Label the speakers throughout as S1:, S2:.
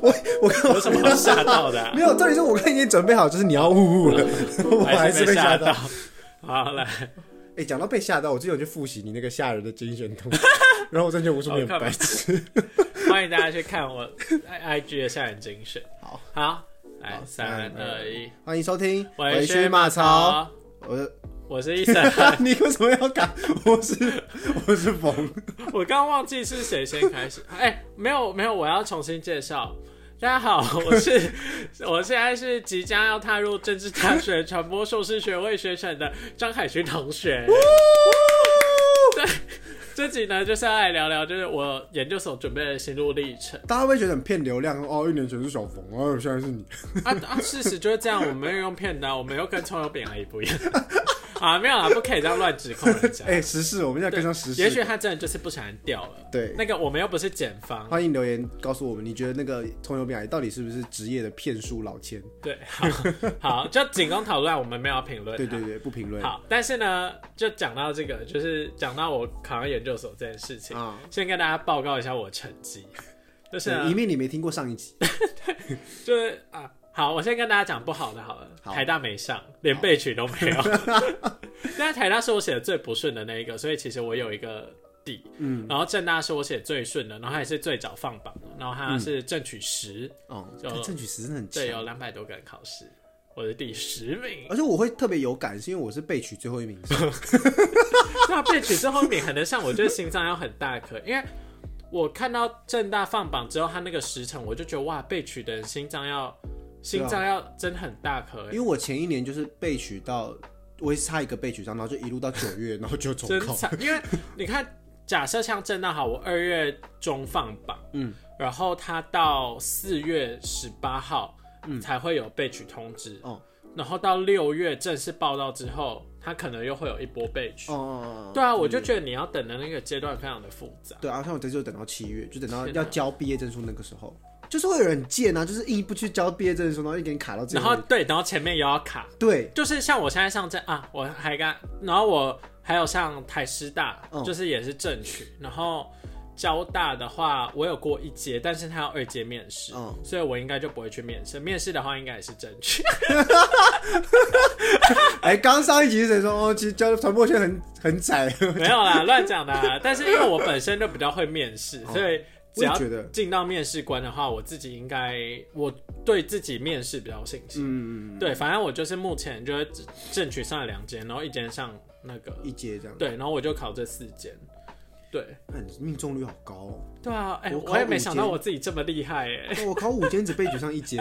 S1: 我我看
S2: 有什么好吓到的啊、
S1: 没有，这里是我刚已经准备好，就是你要 呜呜了，我还
S2: 是
S1: 被吓
S2: 到。。 好，来，
S1: 哎，讲到被吓到，我之前有去复习你那个吓人的精选图，然后我真觉得我是不
S2: 好
S1: 是很
S2: 看吗
S1: 白痴。
S2: 欢迎大家去看我 I G 的吓人精选。
S1: 好，
S2: 好，来，
S1: 三
S2: 三二一，
S1: 欢迎收听《
S2: 我
S1: 须马槽》，
S2: 槽，
S1: 我的
S2: 我 是医啊 生。
S1: 你为什么要改？我是我是 冯，
S2: 我刚忘记是谁先开始。哎、没有没有，我要重新介绍。大家 好，我是我现在是即将要踏入政治大学传播硕士学位学程的张海勋同学。对，这集呢就是要来聊聊，就是我研究所准备的心路历程
S1: 大家会不会觉得很骗流量哦，一年前是小冯，哦，现在是 你，
S2: 啊啊！事实就是这样，我们没有用骗的啊，我们又跟葱油饼阿姨不一样 啊，没有啦，不可以这样乱指控人家。
S1: 哎、时事，我们现在跟上时事。
S2: 也许他真的就是不小心掉了。
S1: 对哎
S2: 那个我们又不是检方，
S1: 欢迎留言告诉我们，你觉得那个葱油饼阿姨到底是不是职业的骗术老千？
S2: 对，好，好，就仅供讨论，我们没有评论。
S1: 对对。对，不评论。
S2: 好，但是呢，就讲到这个，就是讲到我考上研究所这件事情，
S1: 啊，
S2: 先跟大家报告一下我的成绩，就是
S1: 对
S2: 呢
S1: 一命你没听过上一 集，
S2: 就是啊，好，我先跟大家讲不好的好了，
S1: 好
S2: 台大没上，连备取都没 有。 但台大是我写的最不顺的那一个，所以其实我有一个底。
S1: 嗯，
S2: 然后正大是我写最顺的，然后它也是最早放榜的，然后它是正取十、
S1: 哦，
S2: 就
S1: 看争取时真的很
S2: 对，有
S1: 嗯强。
S2: 两百多个人考试，我是第十名。
S1: 而且我会特别有感，是因为我是被取最后一名，
S2: 那被取之后你很能上，我觉得心脏要很大颗，因为我看到正大放榜之后，他那个时辰，我就觉得哇，被取的人心脏要心
S1: 啊
S2: 脏要真很大颗
S1: 因，为我前一年就是被取到，我也是差一个被取上，然后就一路到九月，然后就重
S2: 真
S1: 考。
S2: 惨。因为你看，假设像正大好，我二月中放榜，
S1: 嗯，
S2: 然后他到四月十八号，才会有被取通知，
S1: 嗯哦
S2: 然后到六月正式报到之后，他可能又会有一波被取。
S1: 哦哦，哦
S2: 对啊，我就觉得你要等的那个阶段非常的复杂。
S1: 对啊，像我这就等到七月，就等到
S2: 天哪
S1: 要交毕业证书那个时候，就是会有人很贱啊，就是硬不去交毕业证书，然后就给你卡到这
S2: 然后对，然后前面也要卡，
S1: 对，
S2: 就是像我现在上正啊，我还干，然后我还有上台师大，
S1: 嗯
S2: 就是也是正取，然后交大的话，我有过一阶，但是他要二阶面试，
S1: 嗯
S2: 所以我应该就不会去面试。面试的话，应该也是正取，
S1: 哎，刚上一集是谁说哦，其实交传播圈很很窄，
S2: 没有啦，乱讲的啦。但是因为我本身就比较会面试，
S1: 哦
S2: 所以
S1: 我
S2: 只
S1: 也
S2: 要
S1: 觉得，
S2: 进到面试官的话，我自己应该我对自己面试比较有信心。
S1: 嗯，
S2: 对，反正我就是目前就是只正取上了两间，然后一间上那个
S1: 一阶这样，
S2: 对，然后我就考这四间。对，
S1: 那你命中率好高哦。
S2: 对啊，哎、
S1: 我考
S2: 我也没
S1: 五
S2: 想到
S1: 间
S2: 我自己这么厉害哎、
S1: 我考五间只被举上一阶，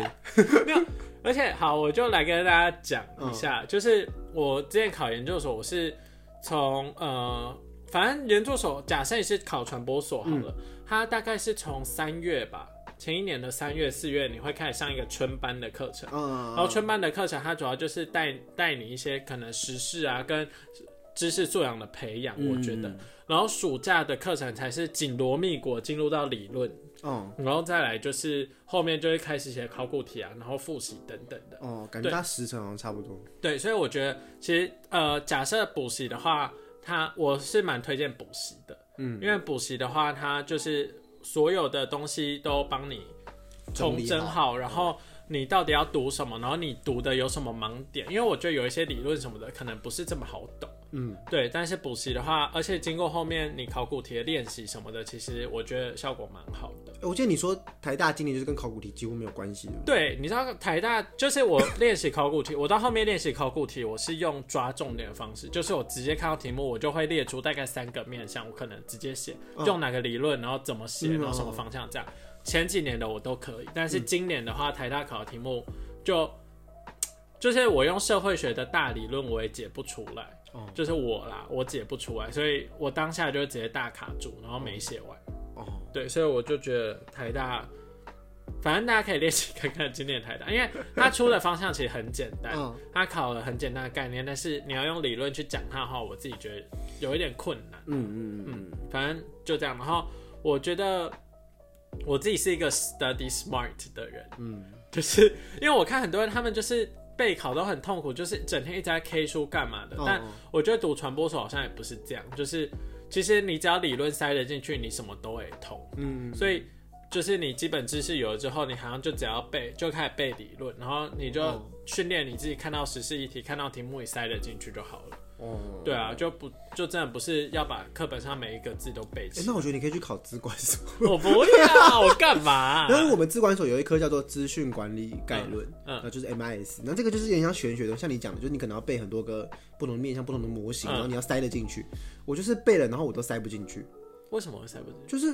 S2: 而且好，我就来跟大家讲一下，就是我之前考研究所，我是从呃，反正研究所假设你是考传播所好了，它大概是从三月吧，前一年的三月、四月，你会开始上一个春班的课程。
S1: 嗯，
S2: 然后春班的课程，它主要就是带带你一些可能时事啊跟知识素养的培养，我觉得。然后暑假的课程才是紧锣密鼓进入到理论，
S1: 嗯，
S2: 然后再来就是后面就会开始写考古题啊，然后复习等等的
S1: 哦。哦，感觉
S2: 对
S1: 他时辰好像差不多，
S2: 对，所以我觉得其实呃，假设补习的话，它我是蛮推荐补习的，
S1: 嗯，
S2: 因为补习的话，它就是所有的东西都帮你
S1: 整
S2: 重
S1: 理
S2: 整好，然后你到底要读什么，然后你读的有什么盲点？因为我觉得有一些理论什么的可能不是这么好懂，
S1: 嗯，
S2: 对。但是补习的话，而且经过后面你考古题的练习什么的，其实我觉得效果蛮好的。
S1: 哎我记得你说台大今年就是跟考古题几乎没有关系，对不对
S2: 对，你知道台大就是我练习考古题，我到后面练习考古题，我是用抓重点的方式，就是我直接看到题目，我就会列出大概三个面向，我可能直接写
S1: 嗯
S2: 用哪个理论，然后怎么写，
S1: 嗯
S2: 然后什么方向这样。前几年的我都可以，但是今年的话，台大考的题目就就是我用社会学的大理论我也解不出来，
S1: 哦
S2: 就是我啦，我解不出来，所以我当下就直接大卡住，然后没写完。
S1: 哦，
S2: 对，所以我就觉得台大，反正大家可以练习看看今年的台大，因为它出的方向其实很简单，
S1: 嗯，
S2: 它考了很简单的概念，但是你要用理论去讲它的话，我自己觉得有一点困难。
S1: 嗯嗯嗯
S2: 反正就这样，然后我觉得我自己是一个 study smart 的人，
S1: 嗯，
S2: 就是因为我看很多人他们就是备考都很痛苦，就是整天一直在 K 书干嘛的，
S1: 哦
S2: 但我觉得读传播所好像也不是这样，就是其实你只要理论塞得进去，你什么都会通。
S1: 嗯，
S2: 所以就是你基本知识有了之后，你好像就只要背，就开始背理论，然后你就
S1: 嗯
S2: 训练你自己看到时事议题、看到题目，你塞得进去就好了。
S1: 哦，
S2: 对啊，就不就真的不是要把课本上每一个字都背
S1: 哎、
S2: 起。
S1: 那我觉得你可以去考资管所，
S2: 我不要，我干嘛、
S1: 然后我们资管所有一科叫做资讯管理概论，
S2: 嗯嗯
S1: 然后就是 MIS，那这个就是有点像玄学的，像你讲的，就是你可能要背很多个不同的面向、不同的模
S2: 嗯
S1: 型，然后你要塞得进去。我就是背了，然后我都塞不进去，
S2: 为什么会塞不进
S1: 就是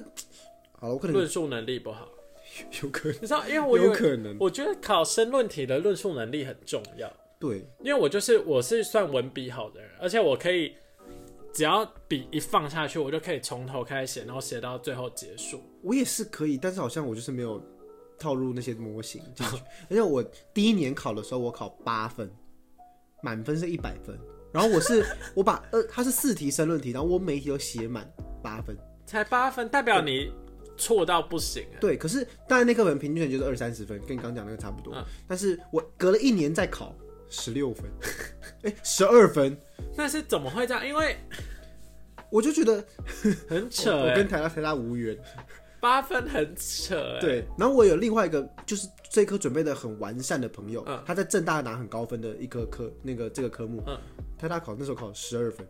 S1: 好了，我可
S2: 去？
S1: 能
S2: 论述能力不好，
S1: 有可
S2: 你知道，因为我
S1: 能，有
S2: 有，
S1: 可能，
S2: 我觉得考申论题的论述能力很重要。
S1: 对，
S2: 因为我就是我是算文笔好的人，而且我可以只要笔一放下去，我就可以从头开始写，然后写到最后结束。
S1: 我也是可以，但是好像我就是没有套入那些模型进去。而且我第一年考的时候，我考八分，满分是一百分，然后我是 我把呃，它是四题申论题，然后我每一题都写满八分。
S2: 才八分，代表你错到不行哎、
S1: 对，可是当然那课本平均就是二三十分，跟你刚讲那个差不多。
S2: 嗯
S1: 但是我隔了一年再考十六分， 哎、十二分，
S2: 但是怎么会这样？因为
S1: 我就觉得
S2: 很扯
S1: 我
S2: 哎、
S1: 跟台大台大无缘。
S2: 八分很扯哎、
S1: 对，然后我有另外一个就是这一科准备的很完善的朋友，
S2: 嗯
S1: 他在正大拿很高分的一科科那个这个科目，
S2: 嗯
S1: 台大考那时候考十二分，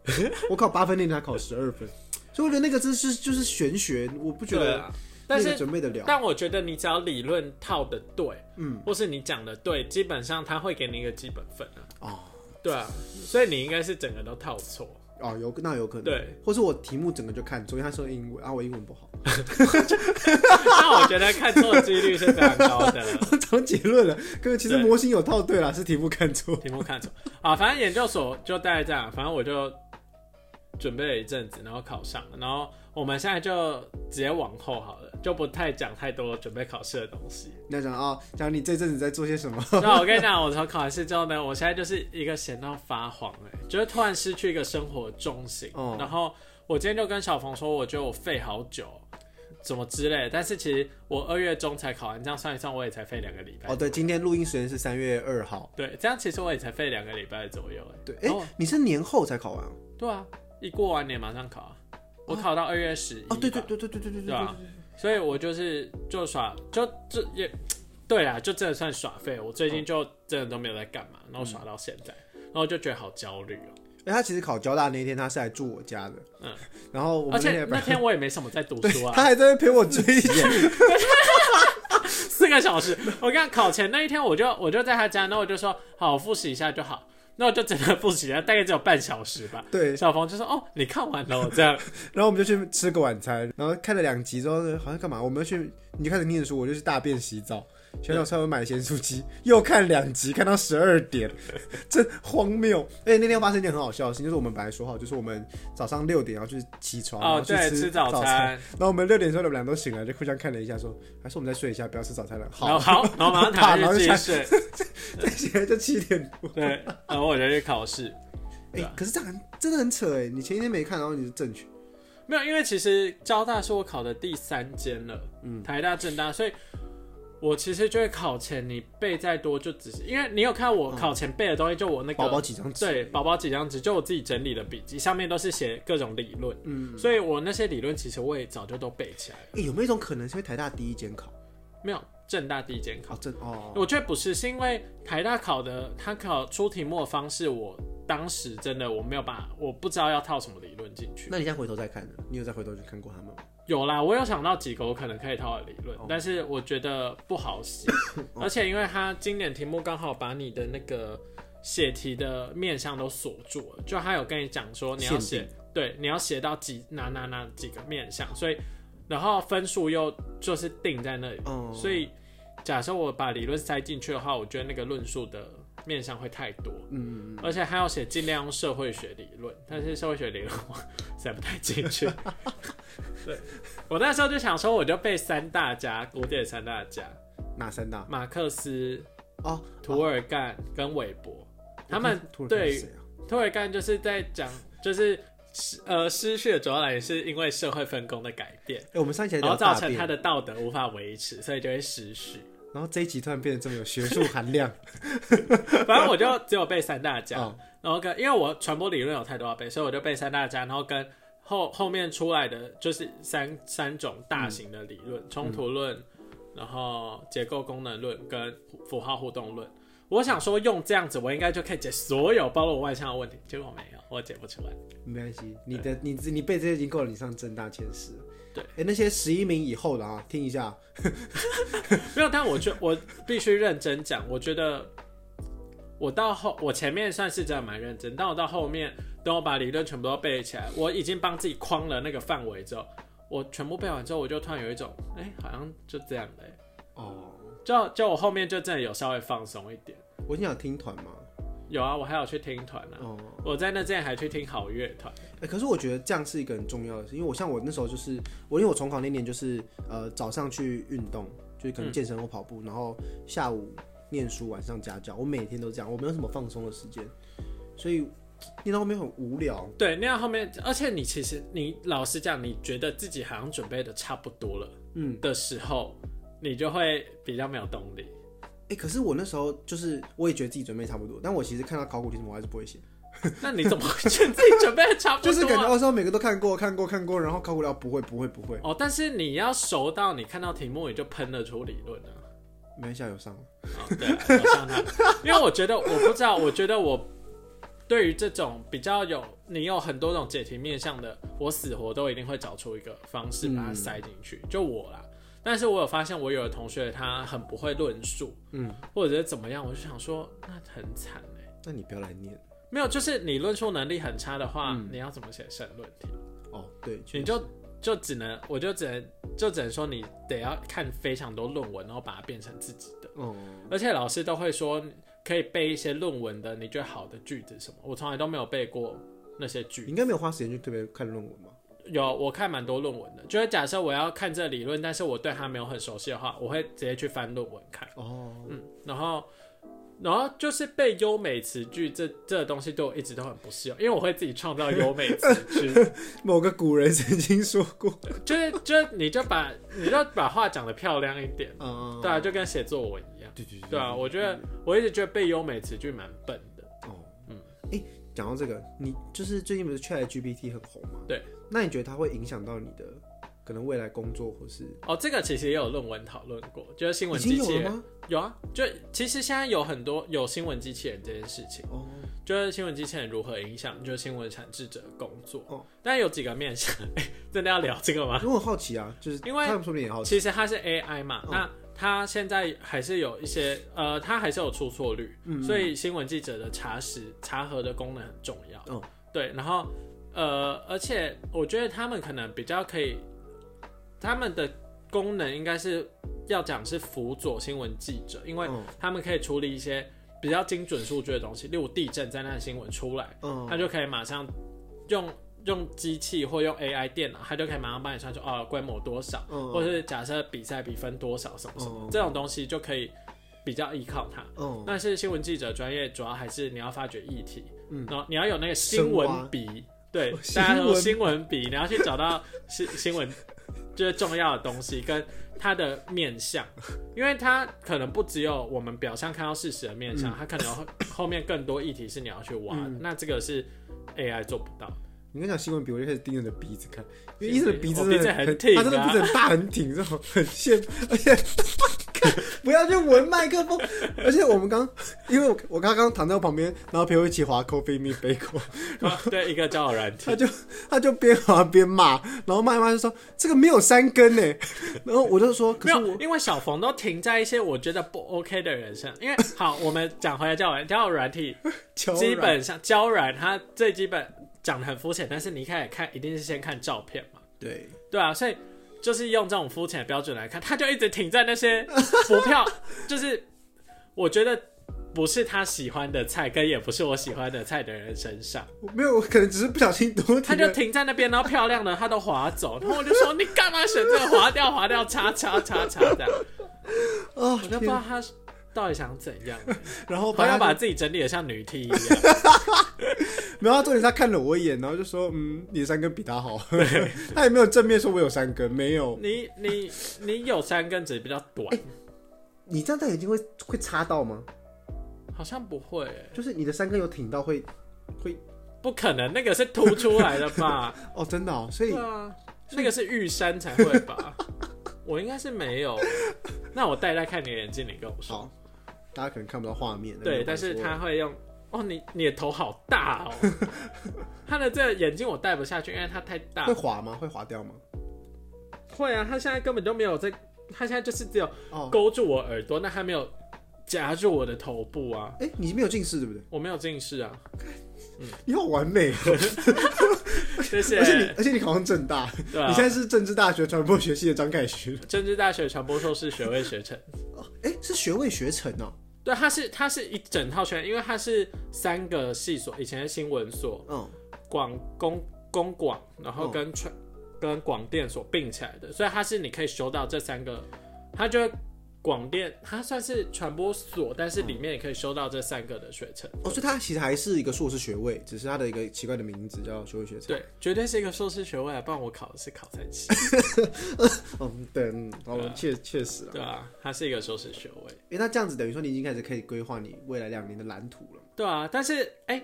S1: 我考八分，那年他考十二分，所以我觉得那个知识就是玄学，我不觉
S2: 对
S1: 得
S2: 啊，但
S1: 那
S2: 是
S1: 个准备得了。
S2: 但我觉得你只要理论套的对，
S1: 嗯，
S2: 或是你讲的对，基本上他会给你一个基本分啊。
S1: 哦
S2: 对啊，所以你应该是整个都套错。
S1: 哦，有那有可能，
S2: 对，
S1: 或是我题目整个就看错，因为他说英文，啊，我英文不好，
S2: 那我觉得看错的几率是非常高的。
S1: 我找结论了。可是其实
S2: 对
S1: 模型有套对了，是题目看错。
S2: 题目看错啊，反正研究所就大概这样，反正我就准备了一阵子，然后考上了，然后我们现在就直接往后好了，就不太讲太多准备考试的东西。
S1: 那讲啊，讲你这阵子在做些什么？
S2: 那我跟你讲，我从考完试之后呢，我现在就是一个闲到发慌、哎，就是突然失去一个生活重心。
S1: 哦
S2: 然后我今天就跟小冯说，我觉得我废好久，怎么之类的但是其实我二月中才考完，这样算一算，我也才废两个礼拜。
S1: 哦，对，今天录音时间是三月二号。
S2: 对，这样其实我也才废两个礼拜左右、哎。
S1: 对，哎、
S2: 然后
S1: 你是年后才考完啊？
S2: 对啊，一过完年马上考啊，我考到二月十一、
S1: 哦，对对，对对对对对
S2: 对啊
S1: 对对
S2: 所以我就是就耍，就这也对啊，就真的算耍废。我最近就真的都没有在干嘛，然后耍到现在，然后就觉得好焦虑哦、
S1: 哎、他其实考交大那一天，他是来住我家的，嗯
S2: 嗯，
S1: 然后我
S2: 而
S1: 们
S2: 且那
S1: 天
S2: 天我也没什么在读书
S1: 他
S2: 啊，
S1: 还在那陪我 追剧，
S2: 四个小时。我刚考前那一天，我就我就在他家，然后我就说好，我复习一下就好。那我就真的复习了，大概只有半小时吧。
S1: 对，
S2: 小冯就说：“哦，你看完了哦，这样。
S1: 然后我们就去吃个晚餐，然后看了两集之后呢，好像干嘛？我们去，你就开始念书，我就去大便洗澡，学长上面买咸 酥鸡，又看两集，看到十二点， 真荒谬。而且那天发生一件很好笑的事情，就是我们本来说好，就是我们早上六点要去起”床，然
S2: 哦
S1: 后，去
S2: 对，吃
S1: 吃
S2: 早
S1: 餐，
S2: 餐，
S1: 然后我们六点的时候，我们俩都醒了，就互相看了一下说还是我们再睡一下，不要吃早餐了。
S2: 然后
S1: 好，
S2: 好，然后 马上躺下去继续睡。
S1: 现在就七点多。
S2: 对，然后我就去考试。
S1: 哎、
S2: 对啊
S1: 可是这样真的很扯哎、你前一天没看，然后你是正确，
S2: 没有，因为其实交大是我考的第三间了，
S1: 嗯
S2: 台大、政大，所以我其实就会考前你背再多，就只是因为你有看我考前背的东西，就我那个
S1: 嗯宝宝几张纸，
S2: 啊对宝宝几张纸，就我自己整理的笔记，上面都是写各种理论，
S1: 嗯，
S2: 所以我那些理论其实我也早就都背起来了。
S1: 哎、有没有一种可能是因为台大第一监考？
S2: 没有政大第一间考，
S1: 哦，正哦，哦
S2: 我觉得不是，是因为台大考的他考出题目的方式，我当时真的我没有把我不知道要套什么理论进去。
S1: 那你现在回头再看呢？你有再回头去看过他们吗？
S2: 有啦，我有想到几个我可能可以套的理论，
S1: 哦
S2: 但是我觉得不好 写，而且因为它经典题目刚好把你的那个写题的面向都锁住了，就他有跟你讲说你要
S1: 限
S2: 写，对，你要写到几哪哪哪几个面向，所以然后分数又就是定在那里，
S1: 哦，
S2: 所以假设我把理论塞进去的话，我觉得那个论述的面向会太多，
S1: 嗯，
S2: 而且还要写尽量用社会学理论，但是社会学理论我塞不太进 去。对我那时候就想说，我就背三大家，古典三大家，
S1: 哪哦三大？
S2: 马克思、
S1: 哦，
S2: 涂尔干跟韦伯。他 们
S1: 突然看是
S2: 对
S1: 谁啊？
S2: 涂尔干就是在讲，就是呃失血主要来源是因为社会分工的改变，
S1: 哎、我们上一期还
S2: 然
S1: 聊
S2: 后造
S1: 大
S2: 成
S1: 便，
S2: 他的道德无法维持，所以就会失血。
S1: 然后这一集突然变得这么有学术含 量，
S2: 反正我就只有背三大家，
S1: 哦
S2: 然后跟因为我传播理论有太多要背，所以我就背三大家，然后跟后后面出来的就是三三种大型的理论：冲突论，然后结构功能论跟符号互动论。我想说用这样子，我应该就可以解所有包括我外向的问题，结果没有，我解不出来。
S1: 没关系，你的你自你背这些已经够了，你上正大前十了。
S2: 对
S1: 哎、那些十一名以后的啊，听一下，
S2: 没有，但我觉我必须认真讲，我觉得我到后我前面算是真的蛮认真，但我到后面等我把理论全部都背起来，我已经帮自己框了那个范围之后，我全部背完之后，我就突然有一种哎、好像就这样了、欸
S1: 哦，
S2: 就就我后面就真的有稍微放松一点。
S1: 我想听团嘛，
S2: 有啊，我还有去听团啊，
S1: 哦，
S2: 我在那之前还去听好乐团。
S1: 哎、可是我觉得这样是一个很重要的事，因为我像我那时候就是我，因为我重考那年就是呃早上去运动，就是可能健身或跑步，然后下午念书，晚上家教，我每天都这样，我没有什么放松的时间，所以念到后面很无聊。
S2: 对，那样后面，而且你其实你老实讲，你觉得自己好像准备的差不多了，
S1: 嗯，
S2: 的时候，你就会比较没有动力。
S1: 哎、可是我那时候就是我也觉得自己准备差不多，但我其实看到考古题什么我还是不会写，
S2: 那你怎么会觉得自己准备的差不多、
S1: 就
S2: 啊？
S1: 是感觉我说每个都看过看过看过，然后考古料不会不会不会，
S2: 哦，但是你要熟到你看到题目你就喷得出理论啊。
S1: 没关系啊，有上。
S2: 哦，对啊，我上他，因为我觉得我不知道，我觉得我对于这种比较有你有很多种解题面向的，我死活都一定会找出一个方式把它塞进去，就我啦。但是我有发现，我有的同学他很不会论述，
S1: 嗯，
S2: 或者是怎么样，我就想说，那很惨哎、
S1: 那你不要来念
S2: 没有，就是你论述能力很差的话，
S1: 嗯
S2: 你要怎么写申论题？
S1: 哦，对，确
S2: 你
S1: 实
S2: 就就只能，我就只能，就只能说你得要看非常多论文，然后把它变成自己的。
S1: 哦，
S2: 而且老师都会说，可以背一些论文的你觉得好的句子什么。我从来都没有背过那些
S1: 你
S2: 句。
S1: 应该没有花时间去特别看论文吧？
S2: 有，我看蛮多论文的，就是假设我要看这理论，但是我对它没有很熟悉的话，我会直接去翻论文看。
S1: 哦，
S2: 嗯，然后，然后就是背优美词句这这东西对我一直都很不适用，因为我会自己创造优美词 句。
S1: 某个古人曾经说 过，
S2: 就是就是你就把你就把话讲得漂亮一点，
S1: 嗯，
S2: 对啊，就跟写作文一样。
S1: 对对对
S2: 对啊，我觉得我一直觉得背优美词句蛮笨的。
S1: 哦，嗯
S2: 嗯，
S1: 哎，讲到这个，你就是最近不是 Chat GPT 很红吗？
S2: 对，
S1: 那你觉得它会影响到你的可能未来工作或是
S2: 哦，这个其实也有论文讨论过，就是新
S1: 已
S2: 闻
S1: 经
S2: 机器
S1: 有了
S2: 人
S1: 吗？
S2: 有啊，就其实现在有很多有新闻机器人这件事情，
S1: 哦，
S2: 就是新闻机器人如何影响就是新闻产制者的工作。
S1: 哦
S2: 哦，但有几个面向， 真的要聊这个吗？
S1: 因为我好奇啊，就是
S2: 因为
S1: 他们说不定也好奇，
S2: 其实它是 AI 嘛，
S1: 嗯
S2: 那它现在还是有一些呃，它还是有出错率，所以新闻记者的查实查核的功能很重要。
S1: 嗯
S2: 对，然后呃，而且我觉得他们可能比较可以，他们的功能应该是要讲是辅佐新闻记者，因为
S1: 嗯
S2: 他们可以处理一些比较精准数据的东西，例如地震灾难的新闻出来，
S1: 嗯，
S2: 他就可以马上用用机器或用 AI 电脑，他就可以马上帮你算出哦规模多少，
S1: 嗯
S2: 或是假设比赛比分多少什么什么，
S1: 嗯
S2: 这种东西就可以比较依靠它。
S1: 嗯，
S2: 但是新闻记者专业主要还是你要发掘议题，
S1: 嗯
S2: 然后你要有那个新闻
S1: 深挖
S2: 鼻，对
S1: 哦，新闻
S2: 大家说新闻鼻，你要去找到新新闻 就是重要的东西跟它的面向，因为它可能不只有我们表象看到事实的面
S1: 嗯
S2: 向，它可能有后后面更多议题是你要去挖的，那这个是 AI 做不到的。
S1: 你跟我讲新闻比，我就开始盯着你的鼻子看，因为医
S2: 新
S1: 生
S2: 闻
S1: 的鼻子
S2: 我
S1: 真
S2: 哦鼻子
S1: 的
S2: 很
S1: 很，
S2: 挺
S1: 他真的
S2: 啊
S1: 鼻子很大很挺，这种很羡慕，而且看不要去闻麦克风，而且我们刚，因为我我刚刚躺在我旁边，然后陪我一起滑 Coffee Me Bagel，
S2: 啊对，一个交友软体
S1: 他，就 他就边滑边骂，然后骂一骂就说这个没有三根呢，欸然后我就说可
S2: 没
S1: 是
S2: 有
S1: 我，
S2: 因为小冯都停在一些我觉得不 OK 的人身上。 因为好，我们讲回来交友软交友软体，
S1: 乔
S2: 基
S1: 软
S2: 本上胶软它最基本讲的很肤浅，但是你一开始看一定是先看照片嘛，
S1: 对
S2: 对啊，所以就是用这种肤浅的标准来看，他就一直停在那些 股票，就是我觉得不是他喜欢的菜，跟也不是我喜欢的菜的人身上，
S1: 我没有，我可能只是不小心多
S2: 他
S1: 停
S2: 就
S1: 了，
S2: 停在那边，然后漂亮的他都划走，然后我就说你干嘛选这个划掉划掉叉叉叉叉这样，
S1: 哦
S2: 我就不知
S1: 天
S2: 道他到底想怎样，
S1: 然后
S2: 啊好
S1: 把
S2: 像
S1: 他
S2: 把自己整理的像女 T 一样。
S1: 然后重点是他看了我一眼，然后就说：“嗯，你的三根比他好。” 他也没有正面说我有三根，没有。
S2: 你你你有三根只是比较短。
S1: 你这样戴眼镜会会插到吗？
S2: 好像不会欸、
S1: 就是你的三根有挺到会会
S2: 不可能，那个是凸出来的吧？
S1: 哦，真的哦，所 以
S2: 对啊，那个是玉山才会 吧？我应该是没有。那我戴戴看你的眼镜，你跟我说。
S1: 好，哦大家可能看不到画面。
S2: 对，但是他会用。哦，你你的头好大 哦！他的这个眼镜我戴不下去，因为它太大
S1: 会。滑吗？会滑掉吗？
S2: 会啊，他现在根本就没有在，他现在就是只有
S1: 哦，
S2: 勾住我耳朵，那还没有夹住我的头部啊！
S1: 哎、你没有近视 对不对？
S2: 我没有近视啊，
S1: 你好完美哦、
S2: 谢谢。
S1: 而且你而且你考上正大，
S2: 对啊
S1: 你现在是政治大学传播学系的张凯 勋。
S2: 政治大学传播硕士学位学程。
S1: 哦，哎、是学位学成哦、
S2: 对，啊它是它是一整套学，因为它是三个系所，以前是新闻所、
S1: 哦
S2: 广公公广，然后跟传、跟广电所并起来的，所以它是你可以修到这三个，它就会广电它算是传播所，但是里面也可以修到这三个的学程。
S1: 嗯，哦，所以他其实还是一个硕士学位，只是他的一个奇怪的名字叫学位学成。
S2: 对，绝对是一个硕士学位啊，不然我考的是考三期，
S1: 嗯，对，嗯，
S2: 对
S1: 哦
S2: 啊，
S1: 确确实啊。
S2: 对啊，它是一个硕士学位。
S1: 哎、那这样子等于说你已经开始可以规划你未来两年的蓝图了。
S2: 对啊，但是哎、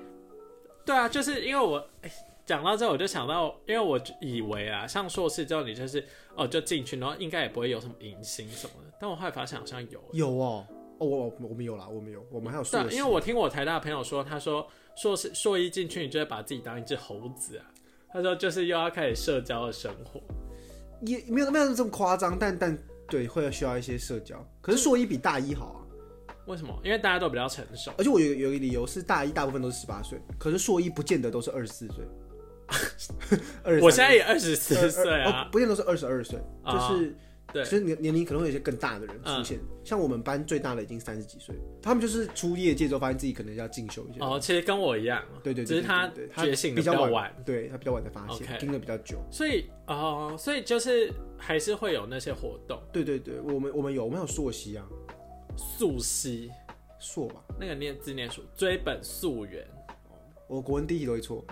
S2: 对啊，就是因为我哎讲、到这，我就想到，因为我以为啊，上硕士之后你就是哦就进去，然后应该也不会有什么迎新什么的，但我后来发现好像有、
S1: 有哦，哦，我我我们有啦，我们有，我们还有
S2: 对啊
S1: 硕，士
S2: 因为。我听我台大的朋友说，他说硕士硕一进去，你就会把自己当一只猴子啊。他说就是又要开始社交的生活，
S1: 也没有没有这么夸张，但但对会需要一些社交。可是硕一比大一好啊，
S2: 为什么？因为大家都比较成熟，
S1: 而且我有有一个理由是大一大部分都是十八岁，可是硕一不见得都是二十四岁，二
S2: 我现在也二十四岁
S1: 哦
S2: 啊，，
S1: 不见得都是二十二岁，就
S2: 啊
S1: 是
S2: 对嗯
S1: 所以年年龄可能会有一些更大的人出现，像我们班最大的已经三十几岁，他们就是出业界之后发现自己可能要进修一些，
S2: 哦，其实跟我一样，啊
S1: 对对对，
S2: 只是他
S1: 对对对他
S2: 觉醒的
S1: 比较
S2: 晚，，
S1: 对他比较晚才发现，
S2: OK
S1: 盯的比较久。
S2: 所以哦、所以就是还是会有那些活动，
S1: 对对对，我们我们有我们有硕西啊，
S2: 溯溪
S1: 硕吧，
S2: 那个念字念书，追本溯源，
S1: 我国文第一题都会错。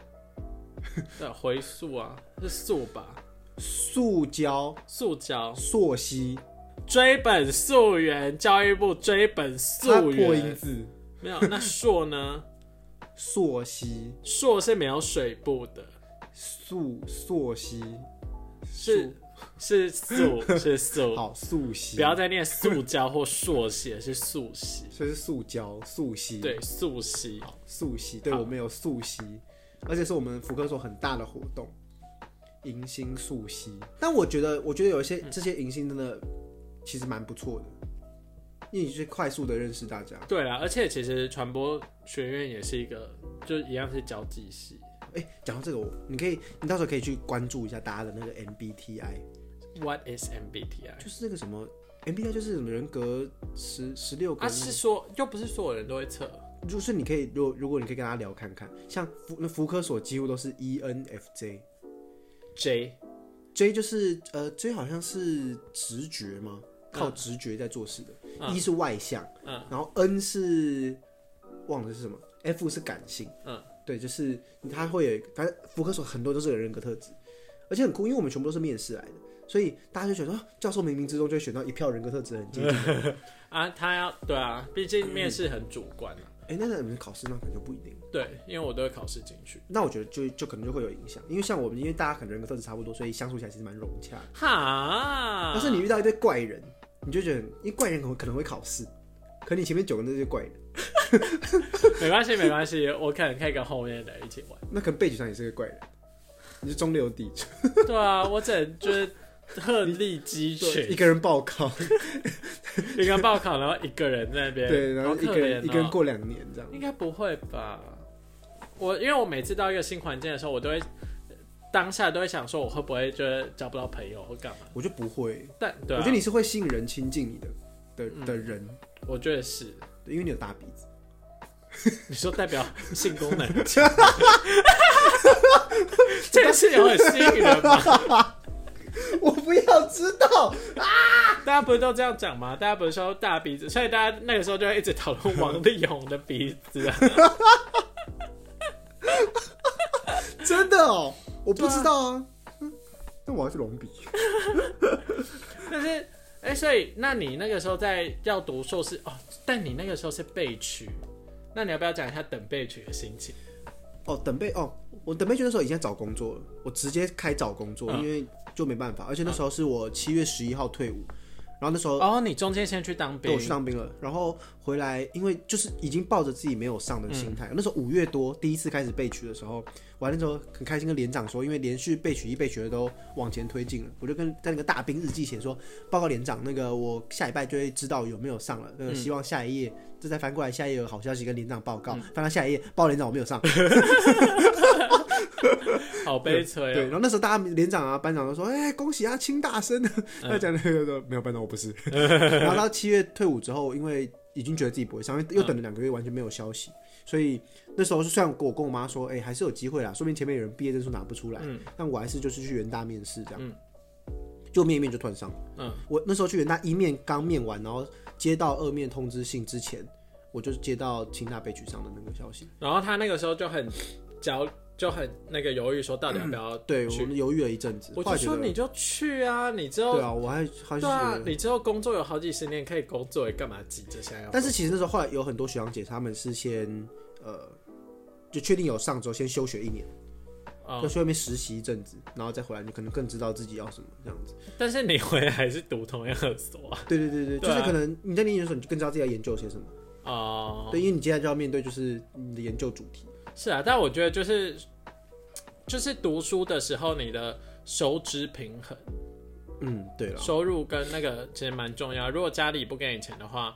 S2: 对，回溯啊，是溯吧，
S1: 塑胶、
S2: 塑胶，
S1: 塑吸，
S2: 追本溯源，教育部追本
S1: 它
S2: 溯
S1: 破音
S2: 源，
S1: 字，
S2: 没有，那硕呢？
S1: 塑吸、
S2: 硕是没有水部的，
S1: 塑塑吸，
S2: 是是溯是
S1: 塑
S2: 溯，
S1: 好塑吸，
S2: 不要，再念塑胶或硕写，是溯溪，
S1: 所以是塑胶、塑吸，
S2: 对，溯溪，
S1: 好，塑吸，对
S2: 好
S1: 我们有塑吸，而且是我们福科所很大的活动，迎新塑吸。但我觉得，我觉得有
S2: 嗯
S1: 一些这些迎新真的其实蛮不错的，因为你是快速的认识大家。
S2: 对啦，啊而且其实传播学院也是一个，就一样是交际系。
S1: 哎、讲到这个，我你可以，你到时候可以去关注一下大家的那个 MBTI。
S2: What is MBTI？
S1: 就是那个什么 MBTI 就是什么人格十十六个
S2: 啊，
S1: 人，
S2: 是说又不是所有人都会测
S1: 就是你可以，如果如果你可以跟他聊看看，像福那福科所几乎都是 E ENFJ，J
S2: J，
S1: 就是呃 J 好像是直觉吗？靠直觉在做事的、
S2: 嗯
S1: e 是外向，
S2: 嗯
S1: 然后 N 是忘了是什么，F 是感性，
S2: 嗯，
S1: 对，就是他会有一个，反正福科所很多都是有人格特质，而且很酷，因为我们全部都是面试来的，所以大家就觉得、啊教授冥冥之中就会选到一票人格特质 很接近。
S2: 啊，他要对啊，毕竟面试很主观啊。
S1: 哎、那那你们考试那可能就不一定。
S2: 对，因为我都会考试进去。
S1: 那我觉得就就可能就会有影响，因为像我们，因为大家可能人格特质差不多，所以相处起来其实蛮融洽的。
S2: 哈，
S1: 但是你遇到一堆怪人，你就觉得，因为怪人可能可能会考试，可你前面九个那些怪人，
S2: 没关系，没关系，我可能可以跟后面的人一起玩。
S1: 那可能背景上也是个怪人，你是中流 砥柱，
S2: 对啊，我只能就是鹤立鸡
S1: 一
S2: 群，
S1: 个人报考，
S2: 一个人报考，然后一个人在那边，
S1: 对，然后
S2: 好
S1: 一
S2: 可
S1: 个
S2: 怜
S1: 人、
S2: 哦
S1: 一个人过两年这样。
S2: 应该不会吧？我因为我每次到一个新环境的时候，我都会当下都会想说，我会不会就是交不到朋友或干嘛？
S1: 我就不会，
S2: 但对、啊，
S1: 我觉得你是会吸引人亲近你的的
S2: 嗯
S1: 的人，
S2: 我觉得是。
S1: 对，因为你有大鼻 子。
S2: 你说代表性功 能？这个是有很吸引人吧？
S1: 我不要知道，
S2: 大家不是都这样讲吗？大家不是说大鼻子，所以大家那个时候就会一直讨论王力宏的鼻子啊。
S1: 真的哦，我不
S2: 对啊
S1: 知道啊。嗯，那我要去隆鼻。
S2: 但是，哎、所以那你那个时候在要读硕士哦，但你那个时候是备取，那你要不要讲一下等备取的心情？
S1: 哦，等备哦，我等备军的时候已经在找工作了，我直接开找工作，
S2: 嗯
S1: 因为就没办法，而且那时候是我七月十一号退伍，然后那时候
S2: 哦，你中间先去当
S1: 对，
S2: 兵
S1: 我，去当兵了，然后回来，因为就是已经抱着自己没有上
S2: 嗯
S1: 的心态。那时候五月多第一次开始备取的时候，我还那时候很开心跟连长说，因为连续备取一备取二都往前推进了，我就跟在那个大兵日记写说，报告连长，那个我下礼拜就会知道有没有上了，那
S2: 嗯
S1: 个希望下一页。这再翻过来，下一页有好消息跟连长报
S2: 嗯
S1: 告。翻到下一页，报告连长我没有上。
S2: 好悲催
S1: 对，
S2: 哦。
S1: 然后那时候大家连长啊、班长都说：“哎、恭喜啊，清大生。
S2: 嗯
S1: 他讲那个说：“没有班长，我不 是。”然后到七月退伍之后，因为已经觉得自己不会上，因为又等了两个月，完全没有消息，所以那时候是虽然我跟我妈说：“哎、还是有机会啦，说明前面有人毕业证书拿不出来。
S2: 嗯
S1: 但我还是就是去元大面试这样。就面一面就突然上了。
S2: 嗯，
S1: 我那时候去元大一面刚面完，然后接到二面通知信之前，我就接到清大被取上的那个消息。？
S2: 然后他那个时候就很焦，就很那个犹豫，说到底要不要
S1: 对我
S2: 去
S1: 们犹豫了一阵子，
S2: 我就
S1: 后来觉
S2: 说
S1: 得
S2: 你就去啊，你之后
S1: 对啊，我还还
S2: 对
S1: 是觉
S2: 啊
S1: 得，
S2: 你之后工作有好几十年可以工作，你干嘛急着现在要？
S1: 但是其实那时候后来有很多学长姐，他们是先呃，就确定有上周先休学一年，
S2: 哦
S1: 就去外面实习一阵子，然后再回来，你可能更知道自己要什么这样子。
S2: 但是你回来还是读同样的所啊？
S1: 对对对对，
S2: 对啊
S1: 就是可能你在念研究所，你就更知道自己要研究些什么。
S2: 哦，
S1: 对，因为你接下来就要面对就是你的研究主题。
S2: 是啊，但我觉得就是就是读书的时候，你的收支平衡、
S1: 嗯，对了，
S2: 收入跟那个其实蛮重要。如果家里不给你钱的话，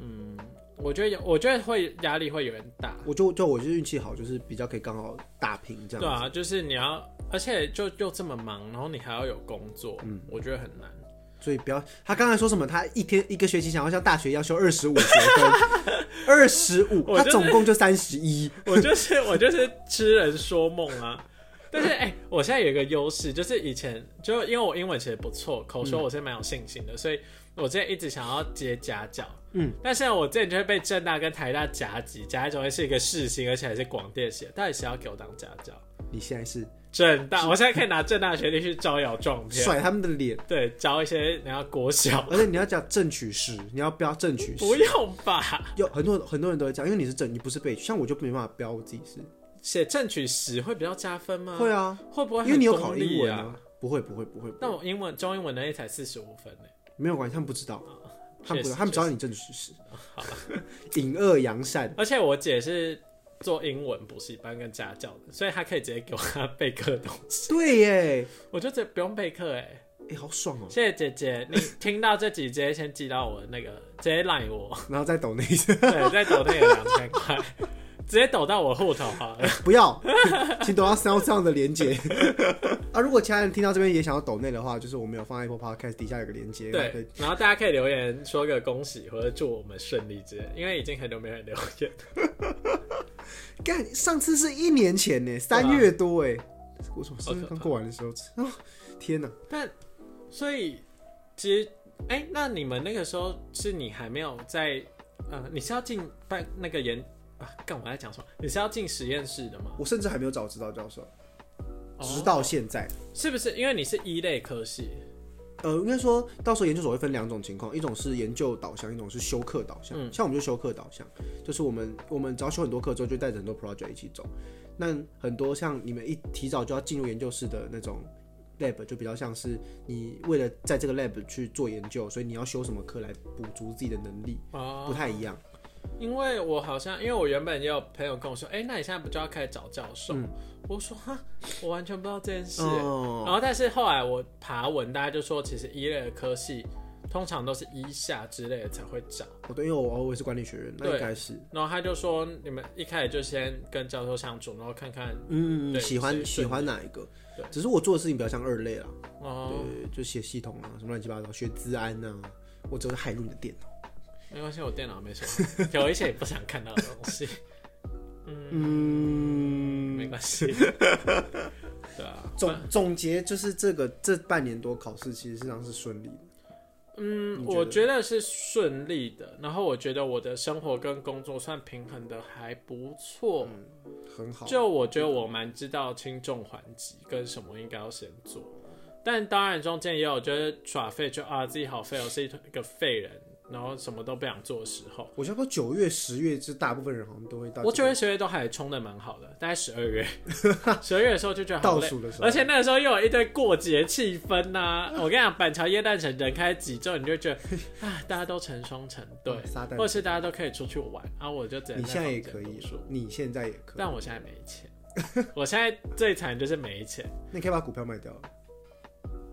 S2: 嗯，我觉得有，我觉得会压力会有点大。
S1: 我就就我就是运气好，就是比较可以刚好打平这
S2: 对
S1: 样子。
S2: 啊，就是你要，而且就又这么忙，然后你还要有工作，嗯，我觉得很难。
S1: 所以不要他刚才说什么，他一天一个学期想要像大学一样修二十五学分， 二十五，
S2: 我
S1: 他
S2: 就是
S1: 总共就三十一。
S2: 我就是我就是痴人说梦啊。但是哎、我现在有一个优势，就是以前就因为我英文其实不错，口
S1: 嗯
S2: 说我是蛮有信心的，所以我之前一直想要接家教。
S1: 嗯，
S2: 但是我之前就会被正大跟台大夹击，夹一种是一个世新，而且还是广电系的，到底谁要给我当家教？
S1: 你现在是
S2: 正大，我现在可以拿正大学历去招摇撞 骗，
S1: 甩他们的脸。
S2: 对，招一些然后国 小，
S1: 而且你要讲正取时，你要标正取时。
S2: 不用吧？
S1: 有很多人很多人都会这样，因为你是正，你不是被取，像我就没办法标我自己是。
S2: 写正取十会比较加分吗？
S1: 会啊，
S2: 会不会很
S1: 因为你有考
S2: 功利
S1: 英文
S2: 啊？
S1: 啊。不会不会不会，
S2: 但我英文中英文能力才四十五分呢、
S1: 没有关系，他们不知道，他
S2: 啊确
S1: 们不知
S2: 实
S1: 道，他们只要你正取时。 隐恶扬善，
S2: 而且我姐是做英文补习班跟家教的，所以她可以直接给我她备课的东西，
S1: 对耶，
S2: 我就直接不用备课哎、欸。
S1: 哎，好爽哦。
S2: 谢谢姐姐，你听到这集直接先寄到我的那个，直接赖我，
S1: 然后再抖那一次，
S2: 对，再抖那个两千块，直接抖到我户头好了。
S1: 不要， 请抖到 Sound 上的 连接。啊，如果其他人听到这边也想要抖内的话，就是我们有放 Apple Podcast 底下有个连接，可以
S2: 对，然后大家可以留言说个恭喜或者祝我们顺利之类，因为已经很久没人留言了。
S1: 干，上次是一年前呢，三月多哎，我什么生日刚过完的时候，哦，天哪！
S2: 但所以其实，哎、那你们那个时候是你还没有在，呃，你是要进办那个研啊？干我在讲什么？你是要进实验室的吗？哦
S1: 我甚至还没有找指导教授，直到现在。
S2: 是不是因为你是一类科系？
S1: 呃，应该说到时候研究所会分两种情况，一种是研究导向，一种是修课导向。像我们就修课导向，就是我们我们只要修很多课之后，就带着很多 project 一起走。那很多像你们一提早就要进入研究室的那种 lab，就比较像是你为了在这个 lab 去做研究，所以你要修什么课来补足自己的能力，
S2: 哦，
S1: 不太一样。
S2: 因为我好像，因为我原本也有朋友跟我说，哎、那你现在不就要开始找教授？我说哈，我完全不知道这件事。
S1: 哦
S2: 然后，但是后来我爬文，大家就说，其实一类的科系通常都是一下之类的才会找。
S1: 我哦对，因为我我也是管理学院，那
S2: 对
S1: 应该是，
S2: 然后他就说，你们一开始就先跟教授相处，然后看看
S1: 嗯，
S2: 对
S1: 喜
S2: 所
S1: 欢
S2: 以
S1: 喜
S2: 顺
S1: 欢哪一个
S2: 对？
S1: 只是我做的事情比较像二类啦，
S2: 哦，
S1: 对，就写系统啊，什么乱七八糟，学资安呐、啊，我只会害入你的电脑。
S2: 没关系，我电脑没什么， 有一些也不想看到的东西，没
S1: 嗯，
S2: 关 系。对啊，
S1: 总总结就是这个这半年多考试其实实际上是顺利的，
S2: 嗯，
S1: 你觉得
S2: 我觉得是顺利的。然后我觉得我的生活跟工作算平衡的还不错。
S1: 很嗯好。
S2: 就我觉得我蛮知道轻重缓急跟什么应该要先做，但当然中间也有就是耍废，就啊自己好废，我是一个废人然后什么都不想做的时候，
S1: 我差不多九月、十月，这大部分人好像都会到。
S2: 我九月、十月都还冲的蛮好的，大概十二月，十二月的时候就觉得好
S1: 倒
S2: 累。
S1: 数的时候，
S2: 而且那个时候又有一堆过节气氛呐、我跟你讲，板桥夜诞城人开几之后，你就觉 得啊，大家都成双成对
S1: 哦，撒
S2: 或者
S1: 旦，
S2: 是大家都可以出去玩，啊，我就只能
S1: 你现在也
S2: 房间
S1: 可以
S2: 读书，，
S1: 你现在也可以，
S2: 但我现在没钱， 我现在最惨就是没钱，
S1: 那你可以把股票卖掉了。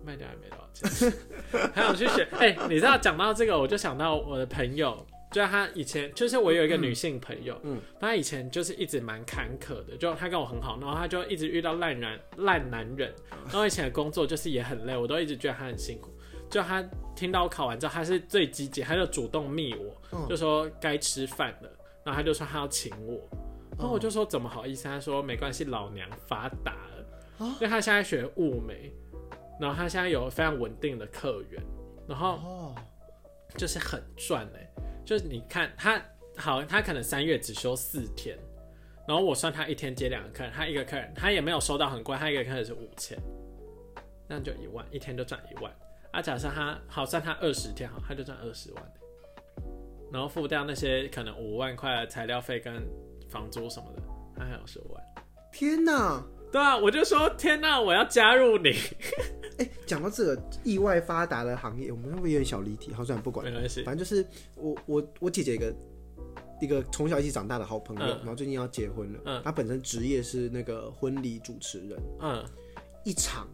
S2: 卖掉也没多少钱， 还想去学。哎、你知道讲到这个，我就想到我的朋友。就是她以前，就是我有一个女性朋友，嗯
S1: 嗯，
S2: 她以前就是一直蛮坎坷的，就她跟我很好，然后她就一直遇到烂男烂男人，然后以前的工作就是也很累，我都一直觉得她很辛苦。就她听到我考完之后，她是最积极，她就主动密我，
S1: 嗯
S2: 就说该吃饭了，然后她就说她要请我，然后我就说怎么好意思？他说没关系，老娘发达了，
S1: 啊
S2: 因为他现在学物美，然后他现在有非常稳定的客源，然后
S1: 哦，
S2: 就是很赚哎、就是你看他好，他可能三月只休四天，然后我算他一天接两个客人，他一个客人他也没有收到很贵，他一个客人是五千，那就一万，一天就赚一万。啊，假设他好算他二十天好，他就赚二十万、然后付掉那些可能五万块的材料费跟房租什么的，他还有十万。
S1: 天哪！
S2: 对啊，我就说天哪、我要加入你，
S1: 哎、讲到这个意外发达的行业，我们会不会有点小离题？好，算了，不管
S2: 没。关系。
S1: 反正就是我我我姐姐一个一个从小一起长大的好朋友，
S2: 嗯
S1: 然后最近要结婚了。
S2: 嗯
S1: 她本身职业是那个婚礼主持人，
S2: 嗯，
S1: 一场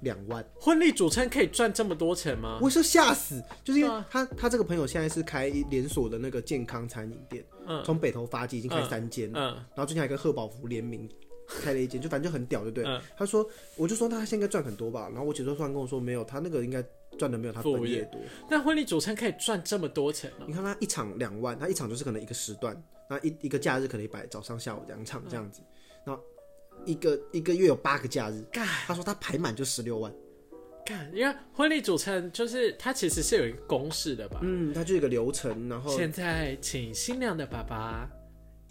S1: 两万，
S2: 婚礼主持人可以赚这么多钱吗？
S1: 我是吓死，就是因
S2: 啊对啊
S1: 为她她这个朋友现在是开连锁的那个健康餐饮店，
S2: 嗯
S1: 从北投发迹已经开
S2: 嗯
S1: 三间了，
S2: 嗯
S1: 然后最近还跟贺宝福联名。开了一间，就反正就很屌，对不对？
S2: 嗯
S1: 她说，我就说那她现在应该赚很多吧。然后我姐就突然跟我说，没有，她那个应该赚的没有她
S2: 副
S1: 本
S2: 业
S1: 业多。
S2: 那婚礼主持人可以赚这么多钱呢、
S1: 你看他一场两万，他一场就是可能一个时段，那一一个假日可能一百，早上下午两场这样子，然后一个一个月有八个假日，
S2: 嗯干
S1: 他说他排满就十六万，
S2: 干，因为婚礼主持人就是他其实是有一个公式的吧？
S1: 嗯，他就有一个流程，然后
S2: 现在请新娘的爸爸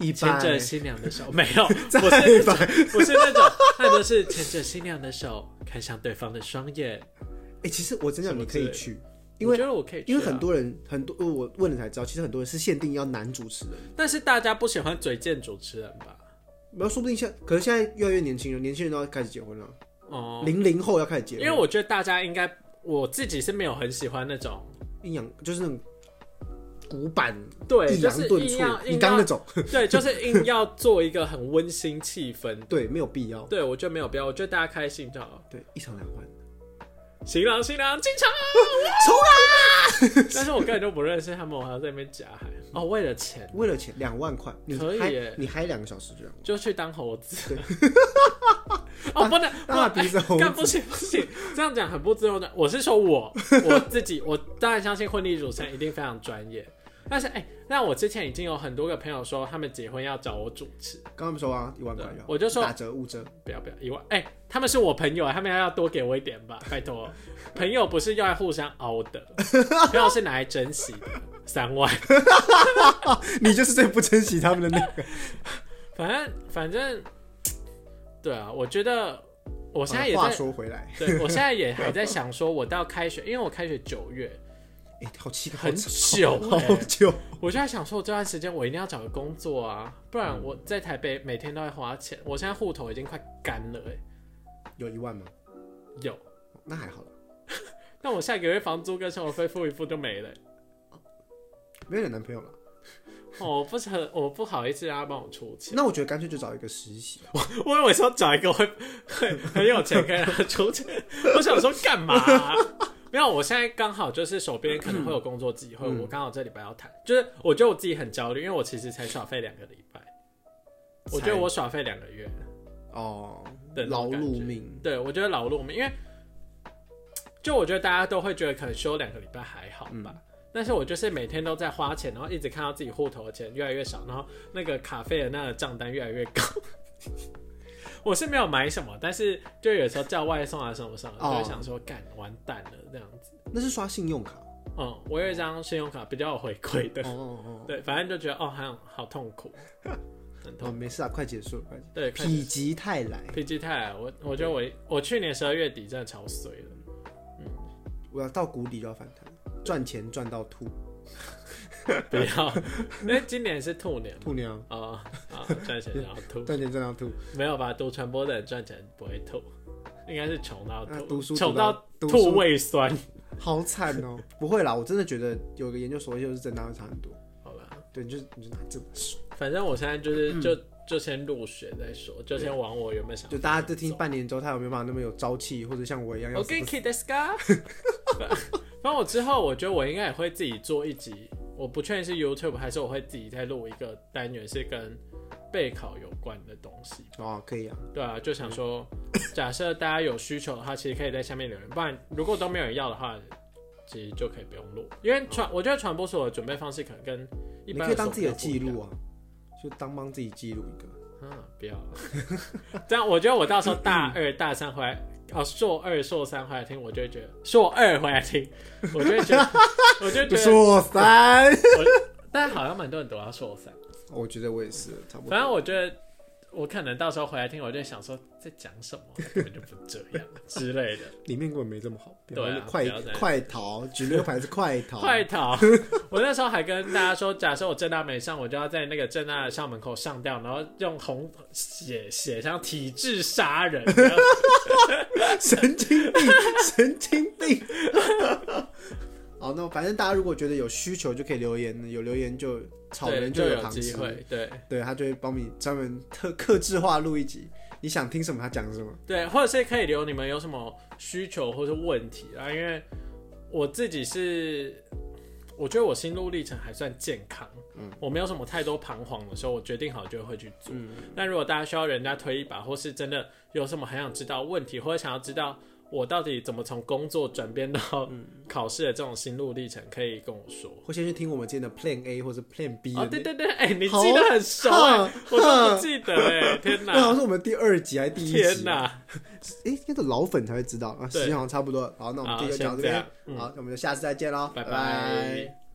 S1: 一
S2: 牵
S1: 般
S2: 着新娘的 手，没有，
S1: 再
S2: 不是
S1: 一百，
S2: 不是那种，那就是牵着新娘的手，看向对方的双眼。
S1: 哎，其实我真的
S2: 什么
S1: 你可
S2: 之
S1: 以
S2: 类啊
S1: 去，因
S2: 我
S1: 为
S2: 觉得我可以去啊、
S1: 因为很多人很多我问了才知道，其实很多人是限定要男主持人，
S2: 但是大家不喜欢嘴贱主持人吧？
S1: 然后说不定现在可能现在越来越年轻人，年轻人都要开始结婚了，
S2: 哦、
S1: 零零后要开始结
S2: 因
S1: 婚，
S2: 为我觉得大家应该，我自己是没有很喜欢那种，
S1: 阴阳就是那种古板
S2: 对，
S1: 抑
S2: 就
S1: 扬
S2: 是
S1: 顿
S2: 硬
S1: 挫
S2: 要，
S1: 你
S2: 硬
S1: 刚那
S2: 要，
S1: 种
S2: 对，就是硬要做一个很温馨气氛。
S1: 对没有必要，
S2: 对，我觉得没有必要，我觉得大家开心就好。
S1: 对一场两万。
S2: 新郎新娘进场，
S1: 冲
S2: 啊！ 但是我根本就不认识他们，我还要在那边假喊哦，为了钱
S1: 为了钱两万块，你
S2: 可以
S1: 嗨
S2: 耶
S1: 你嗨两个小时这样，
S2: 就去当猴子。 哦，不能，不
S1: 蜡
S2: 能，
S1: 笔是猴
S2: 干
S1: 子，
S2: 不行不行，这样讲很不尊重的。我是说我我自己，我当然相信婚礼主持人一定非常专业。但是哎、那我之前已经有很多个朋友说他们结婚要找我主持，
S1: 刚刚不说啊，一万块
S2: 对
S1: 要，
S2: 我就说
S1: 打折五折，
S2: 不要不要一万哎、他们是我朋友，他们要多给我一点 吧，拜托。朋友不是要来互相凹的，朋友是拿来珍惜的。三万，
S1: 你就是最不珍惜他们的那个。
S2: 反正反正，对啊，我觉得我 现在也
S1: 话
S2: 在，
S1: 说回来，
S2: 对我现在也还在想说，我到开学，因为我开学九月，
S1: 哎，好奇怪，
S2: 很
S1: 好
S2: 久
S1: 好
S2: 欸
S1: 久，
S2: 我就在想说，我这段时间我一定要找个工作啊，不然我在台北每天都在花钱。我现在户头已经快干了哎、
S1: 有一万吗？
S2: 有。
S1: 那还好了，
S2: 但我下个月房租跟生活费付一付就没了欸、
S1: 没有你男朋友了。
S2: 哦我不是很，我不好意思让他帮我出钱。
S1: 那我觉得干脆就找一个实习，
S2: 我以为说找一个会会很有钱可以让他出钱，我想说干嘛啊、没有，我现在刚好就是手边可能会有工作机会，
S1: 嗯
S2: 我刚好这礼拜要谈，就是我觉得我自己很焦虑，因为我其实才耍废两个礼拜，我觉得
S1: 才
S2: 我耍废两个月，
S1: 哦
S2: 的，那
S1: 劳
S2: 种感觉
S1: 碌命，
S2: 对，我觉得劳碌命，因为就我觉得大家都会觉得可能休两个礼拜还好吧，但是我就是每天都在花钱，然后一直看到自己户头的钱越来越少，然后那个卡费的那个账单越来越高。 我是没有买什么，但是就有时候叫外送啊什么什么，就
S1: 哦
S2: 会想说干完蛋了这样子。
S1: 那是刷信用卡。
S2: 嗯，我有一张信用卡比较有回馈的
S1: 哦，哦哦
S2: 对，反正就觉得哦，好像好痛苦，很痛
S1: 哦，没事啊，快结束了，快结束。
S2: 对，看
S1: 否极泰来，
S2: P G 泰，我我觉得我我去年十二月底真的超衰了。
S1: 我要到谷底就要反弹，赚钱赚到吐。
S2: 不 要，因为哎今年是兔年
S1: 兔娘，
S2: 哦，啊，赚钱然后 吐，
S1: 赚钱真的要吐，
S2: 没有吧？读传播的人赚钱不会吐，应该是穷到
S1: 那
S2: 哦吐，
S1: 呃读书
S2: 穷
S1: 读到
S2: 到
S1: 读
S2: 吐
S1: 书
S2: 胃 酸，
S1: 好惨哦。 不会啦，我真的觉得有个研究所就是真的会差很多。
S2: 好吧？
S1: 对，你就你就拿这本书，
S2: 反正我现在就是就就先入学再说，就先往我原本想
S1: 嗯就大家就听半年之后，他有没有办法那么有朝气，或者像我一样要死
S2: OK k i d e s k a 反正我之后我觉得我应该也会自己做一集，我不确定是 YouTube 还是我会自己再录一个单元是跟备考有关的东西。
S1: 哦，可以啊，
S2: 对啊，就想 说，假设大家有需求的话，其实可以在下面留言，不然如果都没有人要的话，其实就可以不用录。因为传，我觉得传播所的准备方式可能跟一
S1: 哦你
S2: 般
S1: 可以当自己的
S2: 所不一
S1: 记
S2: 样
S1: 录啊，就当帮自己记录一个。
S2: 啊，不要。这样我觉得我到时候大二、大三回来，哦，硕二、硕三回来听，我就会觉得硕二回来听，我就会觉得，我就会觉得，
S1: 硕 三，哦
S2: 但好像蛮多人都要硕三。
S1: 我觉得我也是，差不多。
S2: 反正我觉得，我可能到时候回来听，我就想说在讲什么，根本就不这样之类的。
S1: 里面根本没这么好，不要
S2: 对啊
S1: 快
S2: 不要再
S1: 快逃，举那个牌子快 逃，
S2: 快逃！ 我那时候还跟大家说，假设我正大没上，我就要在那个正大的校门口上吊，然后用红写写上“体制杀 人”，然后
S1: 神经病， 神经病。 好，那反正大家如果觉得有需求就可以留言，有留言就草
S2: 对
S1: 人
S2: 就
S1: 有
S2: 有
S1: 糖
S2: 机
S1: 吃，
S2: 会。对，
S1: 对他就会帮你专门特克制化录一集，你想听什么他讲什么。
S2: 对，或者是可以留你们有什么需求或是问题啊，因为我自己是，我觉得我心路历程还算健康，嗯，我没有什么太多彷徨的时候，我决定好就会去做。那如果大家需要人家推一把，或是真的有什么很想知道问题，或者想要知道我到底怎么从工作转变到考试的这种心路历程，可以跟我说。
S1: 或先去听我们今天的 Plan A 或者 Plan B 的那、
S2: 哦，对对对，哎、你
S1: 好
S2: 记得很熟哎、
S1: 哼
S2: 我都不记得哎、天
S1: 那好像
S2: 哪，
S1: 是我们第二集还是第一集？
S2: 天哪！
S1: 哎，应该是老粉才会知道啊，时
S2: 对
S1: 间好像差不多了。好，那我们这
S2: 好
S1: 个讲
S2: 先这
S1: 到这边
S2: 样，嗯
S1: 好，那我们就下次再见喽，
S2: 拜
S1: 拜
S2: 拜